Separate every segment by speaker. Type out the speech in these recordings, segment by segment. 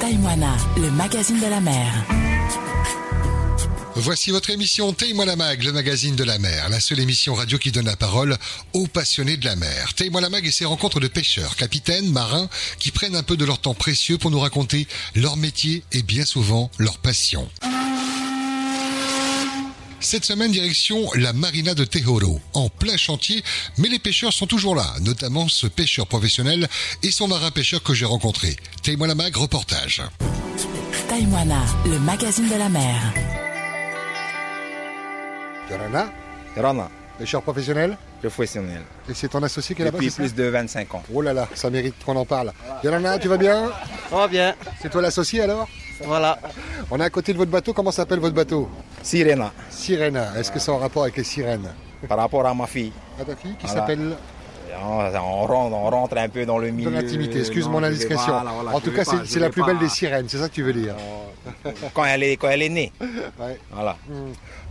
Speaker 1: Taïwana, le magazine de la mer.
Speaker 2: Voici votre émission Taille-moi la mag, le magazine de la mer, la seule émission radio qui donne la parole aux passionnés de la mer. Taille-moi la mag et ses rencontres de pêcheurs, capitaines, marins, qui prennent un peu de leur temps précieux pour nous raconter leur métier et bien souvent leur passion. Cette semaine, direction la marina de Tehoro, en plein chantier, mais les pêcheurs sont toujours là, notamment ce pêcheur professionnel et son marin-pêcheur que j'ai rencontré. Taille-moi la mag, reportage.
Speaker 1: Taïwana, le magazine de la mer.
Speaker 2: Yorana,
Speaker 3: Rana,
Speaker 2: pêcheur professionnel,
Speaker 3: professionnel,
Speaker 2: et c'est ton associé qui est là-bas
Speaker 3: depuis
Speaker 2: Ah, bah, c'est ça
Speaker 3: plus de 25 ans.
Speaker 2: Oh là là, ça mérite qu'on en parle. Yolanda, tu vas bien
Speaker 4: Oh bien,
Speaker 2: C'est toi l'associé alors
Speaker 4: voilà.
Speaker 2: On est à côté de votre bateau, comment s'appelle votre bateau
Speaker 3: Sirena,
Speaker 2: Sirena, est-ce que c'est en rapport avec les sirènes
Speaker 3: par rapport à ma fille,
Speaker 2: À ta fille qui
Speaker 3: Voilà.
Speaker 2: s'appelle
Speaker 3: on, on rentre, on rentre un peu dans le
Speaker 2: Dans
Speaker 3: milieu.
Speaker 2: l'intimité, excuse
Speaker 3: Non,
Speaker 2: mon
Speaker 3: je vais
Speaker 2: indiscrétion.
Speaker 3: pas, là, voilà,
Speaker 2: en
Speaker 3: je
Speaker 2: tout
Speaker 3: vais
Speaker 2: cas,
Speaker 3: pas,
Speaker 2: c'est
Speaker 3: je
Speaker 2: c'est la
Speaker 3: vais
Speaker 2: plus
Speaker 3: pas.
Speaker 2: belle des sirènes, c'est ça que tu veux dire
Speaker 3: Quand elle est, quand elle est née,
Speaker 2: Ouais.
Speaker 3: voilà.
Speaker 2: Mm.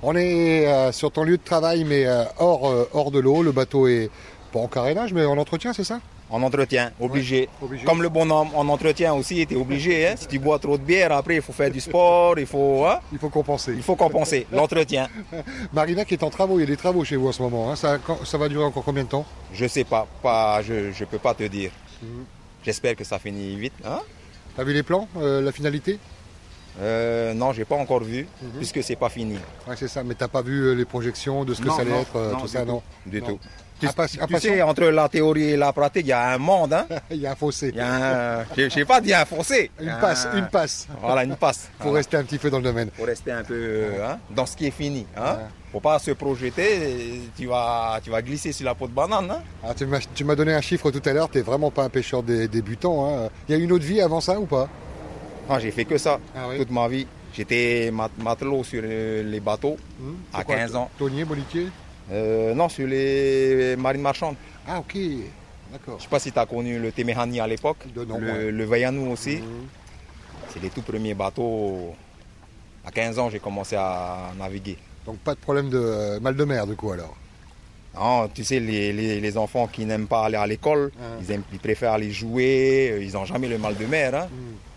Speaker 2: On est euh, sur ton lieu de travail, mais euh, hors, euh, hors de l'eau, le bateau est pas en carénage, mais en entretien, c'est ça
Speaker 3: On entretient, obligé.
Speaker 2: obligé.
Speaker 3: Comme le bonhomme, on entretient aussi, t'es obligé. hein. Si tu bois trop de bière, après il faut faire du sport, il faut, hein,
Speaker 2: Il faut compenser.
Speaker 3: il faut compenser. L'entretien,
Speaker 2: Marina qui est en travaux, il y a des travaux chez vous en ce moment, hein. ça, quand- ça va durer encore combien de temps
Speaker 3: je sais pas, pas, je, je peux pas te dire.
Speaker 2: Mm.
Speaker 3: J'espère que ça finit vite. hein.
Speaker 2: T'as vu les plans, euh, la finalité
Speaker 3: Euh, non, j'ai pas encore vu,
Speaker 2: Mm-hmm.
Speaker 3: puisque c'est pas fini
Speaker 2: Ouais, c'est ça, mais t'as pas vu euh, les projections de ce que
Speaker 3: Non,
Speaker 2: ça allait
Speaker 3: non,
Speaker 2: être, euh,
Speaker 3: non,
Speaker 2: tout
Speaker 3: du
Speaker 2: ça,
Speaker 3: tout.
Speaker 2: non
Speaker 3: du
Speaker 2: Non. Ah,
Speaker 3: tout.
Speaker 2: Tu,
Speaker 3: Tu sais, entre la théorie et la pratique, il y a un monde. Hein.
Speaker 2: il y a un fossé.
Speaker 3: Il y a un, je je sais pas, il y a un fossé. Il y a
Speaker 2: Une passe,
Speaker 3: un-
Speaker 2: une passe.
Speaker 3: Voilà, une passe.
Speaker 2: Pour rester un petit peu dans le domaine.
Speaker 3: Pour rester un peu euh, hein, dans ce qui est fini. Hein.
Speaker 2: Ouais.
Speaker 3: Faut pas se projeter, tu vas, tu vas glisser sur la peau de banane. hein.
Speaker 2: Ah, tu m'as tu m'as donné un chiffre tout à l'heure, t'es vraiment pas un pêcheur des débutant. hein. Il y a une autre vie avant ça ou pas
Speaker 3: Non, j'ai fait que ça
Speaker 2: Ah oui.
Speaker 3: toute ma vie. J'étais mat- matelot sur euh, les bateaux
Speaker 2: Hmm C'est
Speaker 3: à
Speaker 2: quoi,
Speaker 3: 15 ans.
Speaker 2: Tonnier, molitier
Speaker 3: Euh, non, sur les marines marchandes.
Speaker 2: Ah, ok. D'accord.
Speaker 3: Je sais pas si tu as connu le Témérani à l'époque,
Speaker 2: De nom,
Speaker 3: le,
Speaker 2: ouais.
Speaker 3: le Vaillanou aussi.
Speaker 2: Mhm.
Speaker 3: C'est les tout premiers bateaux. À 15 ans, j'ai commencé à naviguer.
Speaker 2: Donc pas de problème de euh, mal de mer, du coup, alors
Speaker 3: Non, tu sais, les, les- les enfants qui n'aiment pas aller à l'école,
Speaker 2: Ah.
Speaker 3: ils, aiment- ils préfèrent aller jouer, euh, ils n'ont jamais le mal de mer. hein.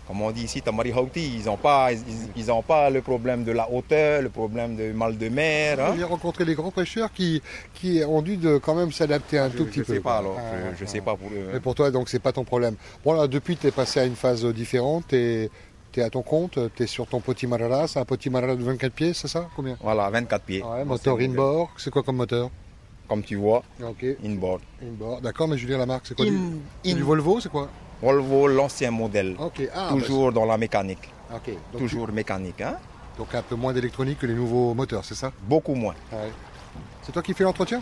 Speaker 3: Comme on dit ici, Tamari Hauti, ils n'ont pas, ils, ils ont pas le problème de la hauteur, le problème de mal de mer. hein.
Speaker 2: On a rencontré les grands pêcheurs qui, qui ont dû de, quand même s'adapter un
Speaker 3: Je
Speaker 2: tout petit
Speaker 3: ne
Speaker 2: peu.
Speaker 3: sais
Speaker 2: quoi.
Speaker 3: pas alors,
Speaker 2: Ah,
Speaker 3: je- je ne sais pas pour eux. hein.
Speaker 2: Mais pour toi, donc, c'est pas ton problème. Bon, là, depuis, tu es passé à une phase euh, différente. Tu es à ton compte, tu es sur ton petit marara. C'est un petit marara de 24 pieds, c'est ça Combien
Speaker 3: Voilà, 24 pieds.
Speaker 2: Ouais, moteur
Speaker 3: C'est-
Speaker 2: inboard. C'est quoi comme moteur
Speaker 3: Comme tu vois,
Speaker 2: Ok,
Speaker 3: inboard.
Speaker 2: inboard. D'accord, mais je veux dire la marque, c'est quoi du-
Speaker 3: In-
Speaker 2: c'est du
Speaker 3: in-
Speaker 2: Volvo, c'est quoi
Speaker 3: Volvo, l'ancien modèle.
Speaker 2: Ok, ah,
Speaker 3: Toujours dans la mécanique.
Speaker 2: bah, c'est- ok. Donc,
Speaker 3: Toujours mécanique. hein.
Speaker 2: tu- donc un peu moins d'électronique que les nouveaux moteurs, c'est ça
Speaker 3: Beaucoup moins.
Speaker 2: Ouais. C'est toi qui fais l'entretien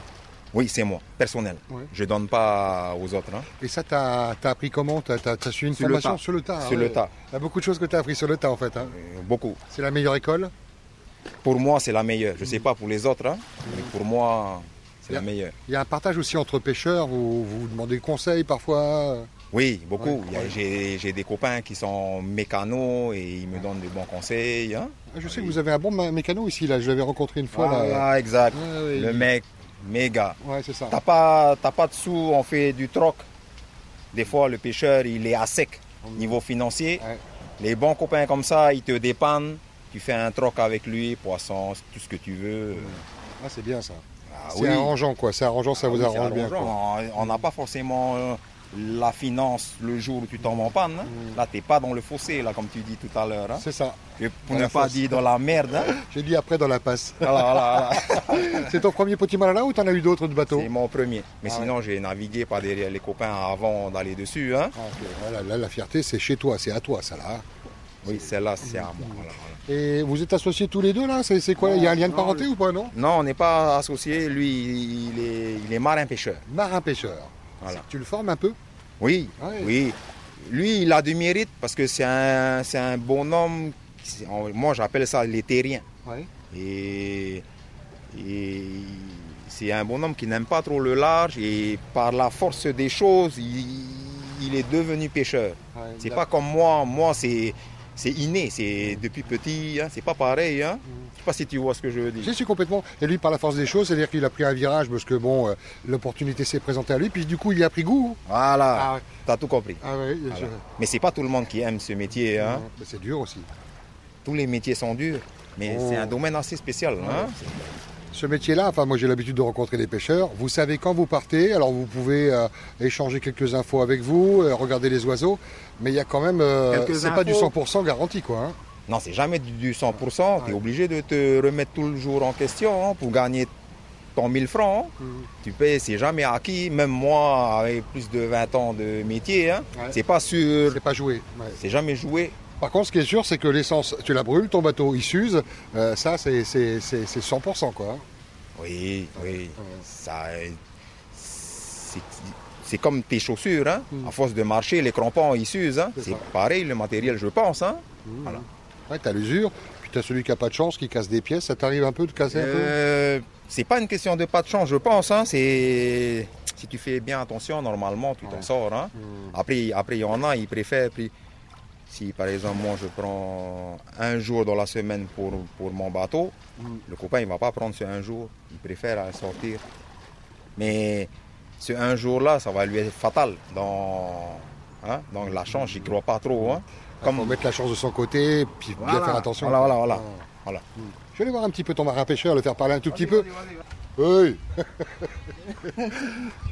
Speaker 3: Oui, c'est moi, personnel.
Speaker 2: Ouais.
Speaker 3: Je ne donne pas aux autres. hein.
Speaker 2: Et ça, t'as as appris comment T'as as, suivi une
Speaker 3: Sur le
Speaker 2: formation
Speaker 3: tas.
Speaker 2: sur le tas ah
Speaker 3: Sur
Speaker 2: ouais.
Speaker 3: le tas.
Speaker 2: Il y a beaucoup de choses que tu as appris sur le tas, en fait. hein.
Speaker 3: Euh, Beaucoup.
Speaker 2: C'est la meilleure école
Speaker 3: Pour moi, c'est la meilleure. Je ne sais
Speaker 2: Mm.
Speaker 3: pas pour les autres, hein, mais pour moi, c'est la
Speaker 2: Bien.
Speaker 3: meilleure.
Speaker 2: Il y a un partage aussi entre pêcheurs, vous vous demandez conseil parfois.
Speaker 3: Oui, beaucoup. Il y a-
Speaker 2: Ouais.
Speaker 3: J'ai j'ai des copains qui sont mécanos et ils me donnent de bons conseils. hein.
Speaker 2: Ah, Je sais que vous avez un bon mé- mécano ici, là, je l'avais rencontré une fois. Là.
Speaker 3: Voilà, exact.
Speaker 2: Ouais, ouais,
Speaker 3: Le
Speaker 2: il-
Speaker 3: mec, méga.
Speaker 2: Ouais, c'est ça.
Speaker 3: T'as pas, t'as pas de sous, on fait du troc. Des fois, le pêcheur, il est à sec niveau financier.
Speaker 2: Ouais.
Speaker 3: Les bons copains comme ça, ils te dépannent. Tu fais un troc avec lui, poisson, tout ce que tu veux.
Speaker 2: Ah, c'est bien ça.
Speaker 3: Ah
Speaker 2: c'est
Speaker 3: oui.
Speaker 2: arrangeant, quoi. C'est arrangeant, ça
Speaker 3: Ah
Speaker 2: vous
Speaker 3: oui, c'est
Speaker 2: arrange bien. quoi.
Speaker 3: arrangeant. On- On n'a pas forcément euh, la finance le jour où tu tombes en panne. hein. Là, tu n'es pas dans le fossé, là, comme tu dis tout à l'heure. hein.
Speaker 2: Mm. C'est ça.
Speaker 3: Et Pour
Speaker 2: Dans
Speaker 3: ne
Speaker 2: la
Speaker 3: pas
Speaker 2: fosse.
Speaker 3: dire dans la merde. hein.
Speaker 2: J'ai dit après dans la passe.
Speaker 3: Voilà, voilà, voilà.
Speaker 2: c'est ton premier petit malala ou t'en as eu d'autres de bateaux
Speaker 3: C'est mon premier. Mais
Speaker 2: Ah ouais.
Speaker 3: sinon, j'ai navigué par derrière les copains avant d'aller dessus. hein.
Speaker 2: Ah, ok. Voilà, là, la fierté, c'est chez toi, c'est à toi, ça là.
Speaker 3: Oui, celle-là, c'est à moi. voilà, voilà.
Speaker 2: Et vous êtes associés tous les deux là C'est c'est quoi Il y a un lien de
Speaker 3: Non,
Speaker 2: parenté ou pas, non
Speaker 3: Non, on n'est pas associé. Lui, il est, il est marin-pêcheur.
Speaker 2: Marin-pêcheur.
Speaker 3: Voilà.
Speaker 2: Tu le formes un peu
Speaker 3: Oui,
Speaker 2: Ouais.
Speaker 3: oui. Lui, il a du mérite parce que c'est un, c'est un bonhomme. qui- on- Moi, j'appelle ça les terriens.
Speaker 2: Oui.
Speaker 3: Et, et c'est un bonhomme qui n'aime pas trop le large et par la force des choses, il, il est devenu pêcheur. C'est pas comme moi. Moi, c'est c'est inné, c'est depuis petit, hein, c'est pas pareil. Hein. Je sais pas si tu vois ce que je veux dire.
Speaker 2: Si, si, complètement. Et lui, par la force des choses, c'est-à-dire qu'il a pris un virage parce que, bon, euh, l'opportunité s'est présentée à lui, puis du coup, il y a pris goût. hein.
Speaker 3: Voilà,
Speaker 2: Ah.
Speaker 3: t'as tout compris.
Speaker 2: Ah oui, je-
Speaker 3: Voilà. Mais c'est pas tout le monde qui aime ce métier. Hein.
Speaker 2: Non, mais ben, c'est dur aussi.
Speaker 3: Tous les métiers sont durs, mais
Speaker 2: Oh.
Speaker 3: c'est un domaine assez spécial. hein.
Speaker 2: Ce métier-là, enfin moi j'ai l'habitude de rencontrer des pêcheurs, vous savez quand vous partez, alors vous pouvez euh, échanger quelques infos avec vous, euh, regarder les oiseaux, mais il y a quand même, euh,
Speaker 3: Quelques
Speaker 2: c'est pas du
Speaker 3: infos.
Speaker 2: 100% garanti quoi. hein.
Speaker 3: Non, c'est jamais du du 100%. Tu es
Speaker 2: Ouais.
Speaker 3: obligé de te remettre tout le jour en question hein, pour gagner ton 1000 francs. hein.
Speaker 2: Mm.
Speaker 3: Tu payes, c'est jamais acquis. Même moi, avec plus de 20 ans de métier, hein,
Speaker 2: Ouais.
Speaker 3: c'est pas sûr.
Speaker 2: C'est pas joué. ouais.
Speaker 3: C'est jamais joué.
Speaker 2: Par contre, ce qui est sûr, c'est que l'essence, tu la brûles, ton bateau il s'use, euh, ça c'est c'est- c'est- c'est 100% quoi. hein.
Speaker 3: Oui, oui. Ça, euh, c'est c'est comme tes chaussures. hein. À force de marcher, les crampons, ils s'usent. hein.
Speaker 2: Mm. C'est
Speaker 3: C'est
Speaker 2: ça.
Speaker 3: pareil, le matériel, je pense. hein. Voilà.
Speaker 2: Ouais, t'as l'usure, puis t'as celui qui a pas de chance, qui casse des pièces, ça t'arrive un peu de casser un peu
Speaker 3: Euh, c'est pas une question de pas de chance, je pense. hein. C'est si tu fais bien attention, normalement, tu t'en sors. hein.
Speaker 2: Hmm.
Speaker 3: Après, après, il y en a, ils préfèrent. puis, si par exemple, moi, je prends un jour dans la semaine pour, pour mon bateau,
Speaker 2: Hmm.
Speaker 3: le copain, il va pas prendre ce un jour. Il préfère euh, sortir. Mais ce un jour-là, ça va lui être fatal. Dans, hein. Donc, la chance, j'y crois pas trop. hein.
Speaker 2: Comme... Faut mettre la chance de son côté, puis bien
Speaker 3: Voilà,
Speaker 2: faire attention.
Speaker 3: Voilà, voilà, voilà.
Speaker 2: Ouais.
Speaker 3: voilà.
Speaker 2: Je vais aller voir un petit peu ton marin pêcheur, le faire parler un tout petit peu. Oui.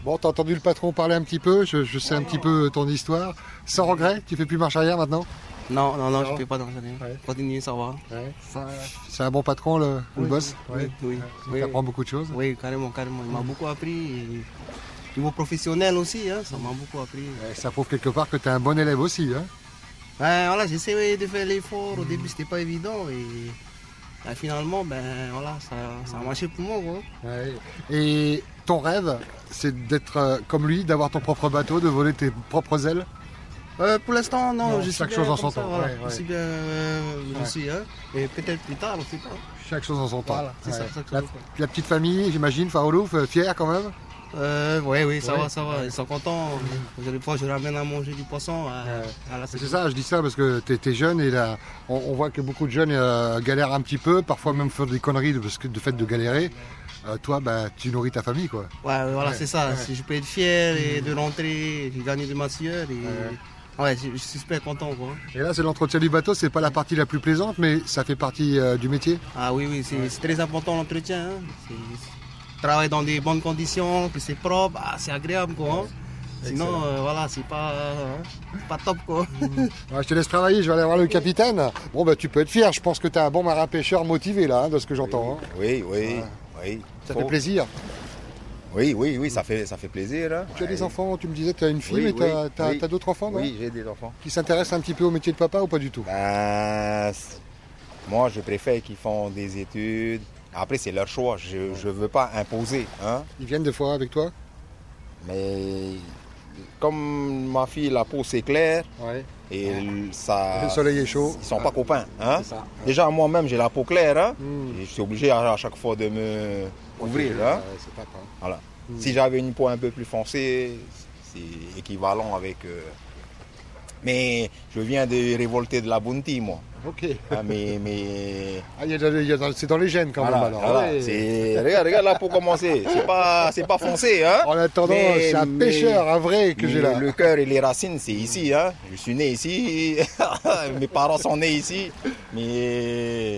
Speaker 2: bon, t'as entendu le patron parler un petit peu, je, je sais un petit peu ton histoire. Sans regret, tu fais plus marche arrière maintenant
Speaker 4: Non, non, non, je
Speaker 2: Non.
Speaker 4: ne peux pas dans rien.
Speaker 2: Ouais.
Speaker 4: Continuez, ça va.
Speaker 2: C'est un bon patron, le, le boss
Speaker 4: Oui, oui.
Speaker 2: Il
Speaker 4: Oui,
Speaker 2: t'apprend beaucoup de choses.
Speaker 4: Oui, carrément, carrément. Il m'a beaucoup appris. et Niveau professionnel aussi, hein, ça m'a beaucoup appris.
Speaker 2: Et ça prouve quelque part que t'es un bon élève aussi. Hein
Speaker 4: Ouais, voilà, j'essayais de faire l'effort.
Speaker 2: Mm.
Speaker 4: Au début, c'était pas évident. Et là, finalement, ben voilà, ça, ça a marché pour moi. quoi.
Speaker 2: Et ton rêve, c'est d'être euh, comme lui, d'avoir ton propre bateau, de voler tes propres ailes
Speaker 4: Euh, pour l'instant, non,
Speaker 2: Non,
Speaker 4: je suis
Speaker 2: chaque
Speaker 4: bien
Speaker 2: chose en
Speaker 4: comme
Speaker 2: son
Speaker 4: ça,
Speaker 2: temps,
Speaker 4: voilà.
Speaker 2: ouais, ouais.
Speaker 4: Je suis bien, euh, je
Speaker 2: Ouais.
Speaker 4: suis, hein. Et peut-être plus tard, on sait pas.
Speaker 2: Chaque chose en son temps.
Speaker 4: Voilà, c'est ça, chaque chose
Speaker 2: la,
Speaker 4: en son temps.
Speaker 2: la petite famille, j'imagine, Faoulouf, euh, fière quand même
Speaker 4: Euh, oui, oui, ça
Speaker 2: Ouais.
Speaker 4: va, ça va. Ils sont contents. Des fois, je ramène à manger du poisson à, à la
Speaker 2: C'est ça, je dis ça parce que t'es es jeune et là, on, on voit que beaucoup de jeunes euh, galèrent un petit peu, parfois même font des conneries de, parce que, de fait de galérer. Euh, toi, bah, tu nourris ta famille, quoi.
Speaker 4: Ouais, ouais, voilà, c'est ça. Si je peux être fier et de rentrer, j'ai gagné de ma sueur et. Ouais, je, je suis super content quoi.
Speaker 2: Et là, c'est l'entretien du bateau, c'est pas la partie la plus plaisante, mais ça fait partie euh, du métier.
Speaker 4: Ah oui, oui, c'est c'est très important l'entretien. hein. C'est- c'est- Travailler dans des bonnes conditions, que c'est propre, ah, c'est agréable quoi. hein. Sinon, euh, voilà, c'est pas, hein, c'est pas top quoi.
Speaker 2: Ouais, je te laisse travailler, je vais aller voir le capitaine. Bon, bah, tu peux être fier, je pense que t'es un bon marin pêcheur motivé, là, hein, de ce que j'entends. hein.
Speaker 3: Oui, oui, oui.
Speaker 2: Ça
Speaker 3: Faut-
Speaker 2: fait plaisir.
Speaker 3: Oui, oui, oui, ça fait, ça fait plaisir. hein.
Speaker 2: Tu as des
Speaker 3: Ouais.
Speaker 2: enfants, tu me disais, tu as une fille,
Speaker 3: Oui,
Speaker 2: mais tu as,
Speaker 3: oui, oui.
Speaker 2: d'autres enfants, non
Speaker 3: Oui, j'ai des enfants.
Speaker 2: Qui s'intéressent un petit peu au métier de papa ou pas du tout
Speaker 3: Ben, c- moi, je préfère qu'ils font des études. Après, c'est leur choix. Je ne veux pas imposer. Hein?
Speaker 2: Ils viennent des fois avec toi
Speaker 3: Mais comme ma fille, la peau, c'est clair.
Speaker 2: Ouais.
Speaker 3: Et l- ça,
Speaker 2: Le soleil est chaud.
Speaker 3: Ils sont
Speaker 2: Ah.
Speaker 3: pas copains. Hein?
Speaker 2: C'est ça.
Speaker 3: Déjà, moi-même, j'ai la peau claire. Hein?
Speaker 2: Mm.
Speaker 3: Et Je suis obligé à, à chaque fois de me ouvrir. Hein?
Speaker 2: Ouais, c'est pas grave.
Speaker 3: Voilà.
Speaker 2: Hmm.
Speaker 3: Si j'avais une peau un peu plus foncée, c'est équivalent avec. euh, Mais je viens de révolter de la Bounty, moi.
Speaker 2: Ok.
Speaker 3: Hein, mais mais
Speaker 2: Ah, il y a de- il y a de- c'est dans les gènes quand
Speaker 3: voilà,
Speaker 2: même alors.
Speaker 3: voilà.
Speaker 2: Ouais.
Speaker 3: C'est- regarde, regarde là pour commencer. C'est pas, c'est pas foncé, hein.
Speaker 2: En attendant,
Speaker 3: Mais-
Speaker 2: c'est un
Speaker 3: mais-
Speaker 2: pêcheur, un vrai que
Speaker 3: mais
Speaker 2: j'ai là.
Speaker 3: Le cœur et les racines, c'est ici, hein. Je suis né ici. Mes parents sont nés ici. Mais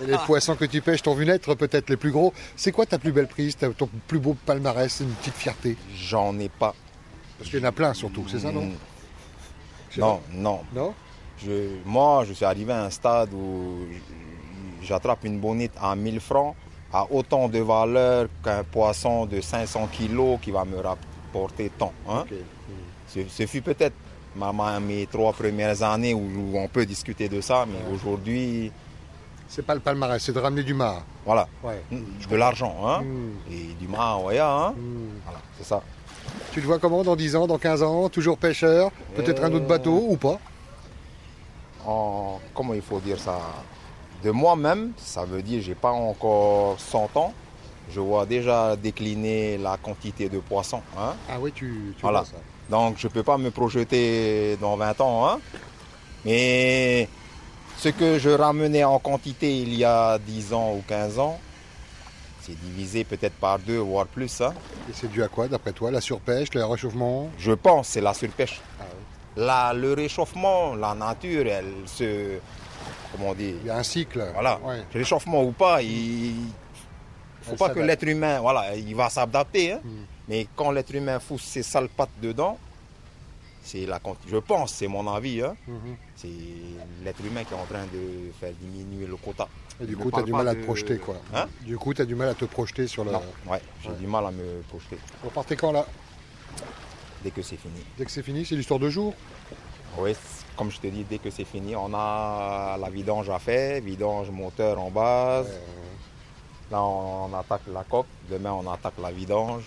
Speaker 2: Et les poissons que tu pêches t'ont vu naître, peut-être les plus gros. C'est quoi ta plus belle prise, ta- ton plus beau palmarès, une petite fierté
Speaker 3: j'en ai pas.
Speaker 2: Parce qu'il y en a plein surtout, c'est ça
Speaker 3: Mm.
Speaker 2: non Je sais
Speaker 3: Non, non.
Speaker 2: pas. Non
Speaker 3: Je- moi, je suis arrivé à un stade où j- j'attrape une bonite à 1000 francs à autant de valeur qu'un poisson de 500 kilos qui va me rapporter tant. hein.
Speaker 2: Ok.
Speaker 3: Ce, ce fut peut-être ma- ma- mes trois premières années où, où on peut discuter de ça, mais aujourd'hui,
Speaker 2: C'est pas le palmarès, c'est de ramener du mar.
Speaker 3: voilà,
Speaker 2: Ouais.
Speaker 3: de l'argent. hein.
Speaker 2: Mm.
Speaker 3: Et du mahawaya, hein.
Speaker 2: Mm.
Speaker 3: voilà, c'est ça.
Speaker 2: Tu le vois comment dans 10 ans, dans 15 ans, toujours pêcheur, peut-être un autre
Speaker 3: Euh.
Speaker 2: bateau ou pas
Speaker 3: en- comment il faut dire ça De moi-même, ça veut dire j'ai pas encore 100 ans. Je vois déjà décliner la quantité de poissons. hein.
Speaker 2: Ah oui, tu, tu
Speaker 3: Voilà.
Speaker 2: vois ça.
Speaker 3: Donc je peux pas me projeter dans 20 ans. hein. Mais ce que je ramenais en quantité il y a 10 ans ou 15 ans, c'est divisé peut-être par deux, voire plus. hein.
Speaker 2: Et c'est dû à quoi, d'après toi La surpêche, le réchauffement
Speaker 3: Je pense c'est la surpêche. La- le réchauffement, la nature, elle se... Comment on dit
Speaker 2: Il y a un cycle.
Speaker 3: Voilà.
Speaker 2: Ouais.
Speaker 3: Réchauffement ou pas, il faut
Speaker 2: Elle
Speaker 3: pas que
Speaker 2: s'adapte.
Speaker 3: l'être humain, voilà, il va s'adapter. hein.
Speaker 2: Mm.
Speaker 3: Mais quand l'être humain fout ses sales pattes dedans, c'est la conti- Je pense, c'est mon avis. hein.
Speaker 2: Mhm.
Speaker 3: C'est l'être humain qui est en train de faire diminuer le quota.
Speaker 2: Et du
Speaker 3: Je
Speaker 2: coup, tu as
Speaker 3: parle
Speaker 2: du
Speaker 3: pas
Speaker 2: mal à
Speaker 3: de-
Speaker 2: te projeter, quoi. Bah,
Speaker 3: Hein
Speaker 2: du coup, tu as du mal à te projeter sur la.
Speaker 3: Non, ouais, j'ai du mal à me projeter
Speaker 2: Vous partez quand, là
Speaker 3: dès que c'est fini.
Speaker 2: Dès que c'est fini, c'est l'histoire de jour
Speaker 3: Oui, c- comme je te dis, dès que c'est fini, on a la vidange à faire, vidange moteur en base. Là, on, on attaque la coque, demain, on attaque la vidange.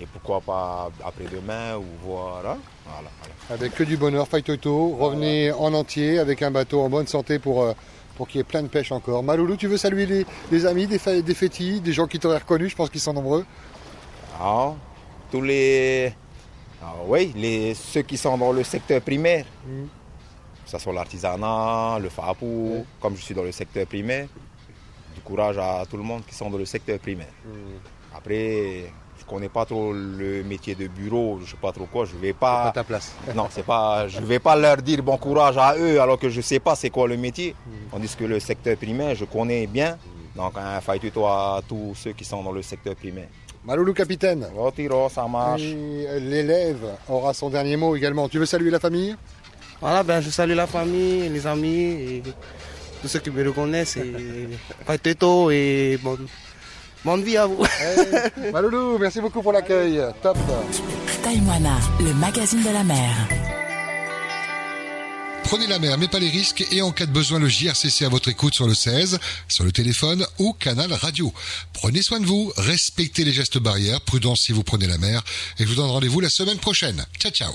Speaker 3: Et pourquoi pas après-demain ou voilà. voilà, voilà.
Speaker 2: Avec que du bonheur, fight Toto, revenez en entier avec un bateau en bonne santé pour, euh, pour qu'il y ait plein de pêche encore. Maloulou, tu veux saluer les, les amis, des, fa- des fétis, des gens qui t'auraient reconnu, je pense qu'ils sont nombreux.
Speaker 3: Ah, tous les. ah oui, les, ceux qui sont dans le secteur primaire,
Speaker 2: Mm.
Speaker 3: que ce soit l'artisanat, le FAPU, comme je suis dans le secteur primaire, du courage à tout le monde qui sont dans le secteur primaire. Après, je connais pas trop le métier de bureau, je sais pas trop quoi, je vais
Speaker 2: À
Speaker 3: pas.
Speaker 2: ta place.
Speaker 3: Non, c'est pas. Je vais pas leur dire bon courage à eux alors que je sais pas c'est quoi le métier. Tandis que le secteur primaire, je connais bien. Donc un fight tuto à tous ceux qui sont dans le secteur primaire.
Speaker 2: Maloulou, capitaine.
Speaker 3: Au tiro, ça marche.
Speaker 2: Et L'élève aura son dernier mot également. Tu veux saluer la famille
Speaker 4: Voilà, ben, je salue la famille, les amis, et tous ceux qui me reconnaissent. Et... Pas tôt et bonne... bonne vie à vous.
Speaker 2: Eh, Maloulou, merci beaucoup pour l'accueil. Top.
Speaker 1: Taïwana, le magazine de la mer.
Speaker 5: Prenez la mer, mais pas les risques, et en cas de besoin, le JRCC à votre écoute sur le 16, sur le téléphone ou canal radio. Prenez soin de vous, respectez les gestes barrières, prudence si vous prenez la mer, et je vous donne rendez-vous la semaine prochaine. Ciao, ciao